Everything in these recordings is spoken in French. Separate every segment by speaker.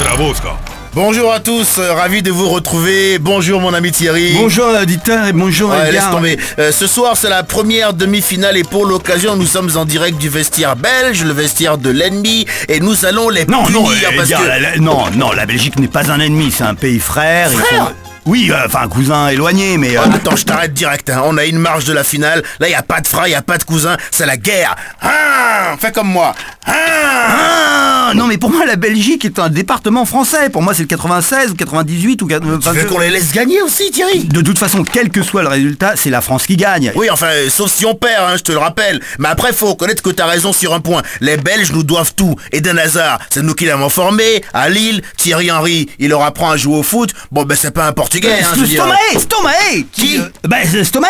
Speaker 1: Bravo, Oscar.
Speaker 2: Bonjour à tous, euh, ravi de vous retrouver. Bonjour mon ami Thierry.
Speaker 3: Bonjour auditeur et bonjour
Speaker 2: Ouais, laisse
Speaker 3: Edgar.
Speaker 2: tomber. Euh, ce soir, c'est la première demi-finale et pour l'occasion, nous sommes en direct du vestiaire belge, le vestiaire de l'ennemi, et nous allons les
Speaker 3: Non,
Speaker 2: punir
Speaker 3: non, euh,
Speaker 2: parce
Speaker 3: Edgar,
Speaker 2: que-
Speaker 3: la- la- non, non, la Belgique n'est pas un ennemi, c'est un pays frère. ils
Speaker 2: Frère
Speaker 3: sont- Oui, euh, enfin cousin éloigné, mais euh,
Speaker 2: Ah, Attends, je t'arrête direct. hein. On a une marge de la finale. Là, y a pas de fra, y a pas de cousin. C'est la guerre. Hein, fais comme moi. Hein.
Speaker 3: Ah, non, mais pour moi la Belgique est un département français. Pour moi c'est le 96 ou 98 ou quat- enfin,
Speaker 2: Tu veux
Speaker 3: je-
Speaker 2: qu'on les laisse gagner aussi, Thierry
Speaker 3: De toute façon, quel que soit le résultat, c'est la France qui gagne.
Speaker 2: Oui, enfin, euh, sauf si on perd, hein, je te le rappelle. Mais après, faut reconnaître que t'as raison sur un point. Les Belges nous doivent tout. Et d'un hasard, c'est nous qui l'avons formé. À Lille, Thierry Henry, il leur apprend à jouer au foot. Bon, ben c'est pas un Portugais, hein, je veux dire.
Speaker 3: Euh, Stromae, Stromae
Speaker 2: Qui
Speaker 3: euh, Bah c'est Stromae.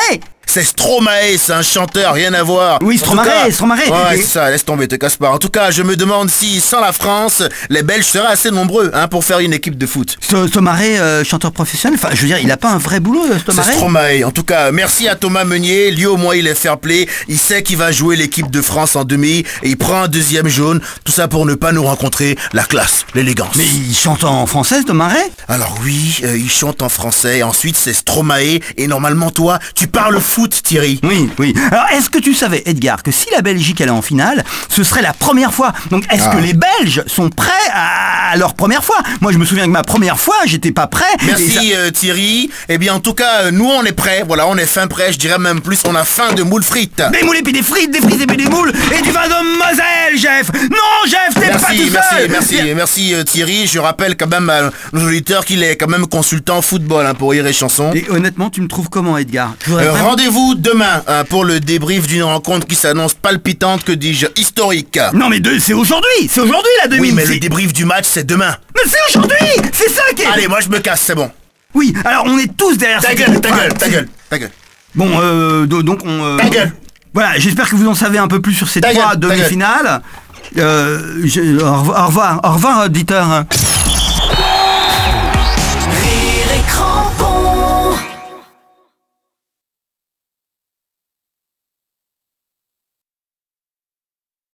Speaker 2: C'est Stromae, c'est un chanteur, rien à voir.
Speaker 3: Oui,
Speaker 2: En
Speaker 3: Stromae,
Speaker 2: tout cas-
Speaker 3: Stromae.
Speaker 2: Ouais, ouais,
Speaker 3: Et-
Speaker 2: c'est ça, laisse tomber, te casse pas. En tout cas, je me demande si, sans la France, les Belges seraient assez nombreux hein, pour faire une équipe de foot.
Speaker 3: Sto- Stromae, euh, chanteur professionnel. Enfin, je veux dire, il a pas un vrai boulot, euh,
Speaker 2: C'est
Speaker 3: Stromae.
Speaker 2: Stromae. En tout cas, merci à Thomas Meunier. Lui, au moins, il est fair play. Il sait qu'il va jouer l'équipe de France en demi. Et il prend un deuxième jaune. Tout ça pour ne pas nous rencontrer. La classe, l'élégance.
Speaker 3: Mais il chante en français, Stromae.
Speaker 2: Alors oui, euh, il chante en français. Ensuite, c'est Stromae. Et normalement, toi, tu parles foot, Thierry.
Speaker 3: Oui, oui. Alors, est-ce que tu savais, Edgar, que si la Belgique allait en finale, ce serait la première fois Donc, est-ce
Speaker 2: Ah.
Speaker 3: que les Belges sont prêts à à leur première fois Moi, je me souviens que ma première fois, j'étais pas prêt. Et ça-
Speaker 2: Merci euh, Thierry. Eh bien, en tout cas, euh, nous, on est prêts. Voilà, on est fin prêts. Je dirais même plus, on a faim de moules frites.
Speaker 3: Des moules et puis des frites, des frites et puis des moules, et du vin de Moselle, Jeff Non, Jeff, t'es pas
Speaker 2: Merci,
Speaker 3: tout
Speaker 2: merci,
Speaker 3: seul
Speaker 2: merci, merci euh, Thierry. Je rappelle quand même à nos auditeurs qu'il est quand même consultant football hein, pour Rire et Chanson.
Speaker 3: Et honnêtement, tu me trouves comment, Edgar Je voudrais
Speaker 2: Euh,
Speaker 3: vraiment-
Speaker 2: Rendez-vous demain hein, pour le débrief d'une rencontre qui s'annonce palpitante, que dis-je, historique.
Speaker 3: Non, mais deux, c'est aujourd'hui C'est aujourd'hui, la demi
Speaker 2: Oui, mais le
Speaker 3: c'est-
Speaker 2: débrief du match, c'est demain.
Speaker 3: Mais c'est aujourd'hui C'est ça qui est...
Speaker 2: Allez, moi je me casse, c'est bon.
Speaker 3: Oui, alors, on est tous derrière...
Speaker 2: Ta
Speaker 3: cette-
Speaker 2: gueule, ta
Speaker 3: Ah,
Speaker 2: gueule, ta
Speaker 3: c'est-
Speaker 2: gueule, ta gueule.
Speaker 3: Bon, euh, do- donc on. euh,
Speaker 2: Ta gueule.
Speaker 3: Voilà, j'espère que vous en savez un peu plus sur ces
Speaker 2: Ta
Speaker 3: trois
Speaker 2: gueule, ta
Speaker 3: demi-finales. Euh, je- au revoir, au revoir, au revoir, auditeur.